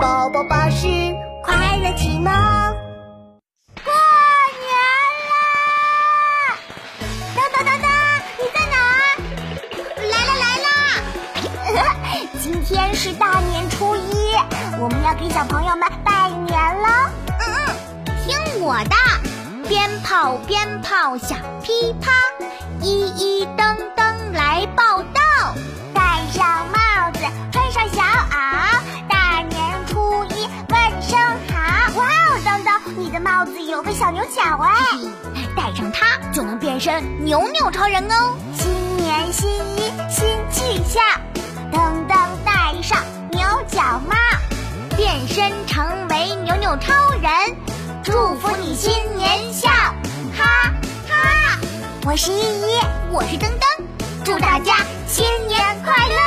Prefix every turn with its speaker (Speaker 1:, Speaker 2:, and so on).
Speaker 1: 宝宝巴士快乐启蒙。过年啦！当当当当，你在哪儿？来啦来啦！今天是大年初一，我们要给小朋友们拜年了。嗯嗯，听我的，鞭炮鞭炮响噼啪，一一噔噔来报道。戴上帽子，穿上小袄，大年初一问声好。哇哦，噔噔，你的帽子有个小牛角哎，戴上它就能变身牛牛超人哦。新年新衣新气象，噔噔戴上牛角帽，变身成为牛牛超人，祝福你新年笑，哈哈。我是依依，我是噔噔，祝大家新年快乐！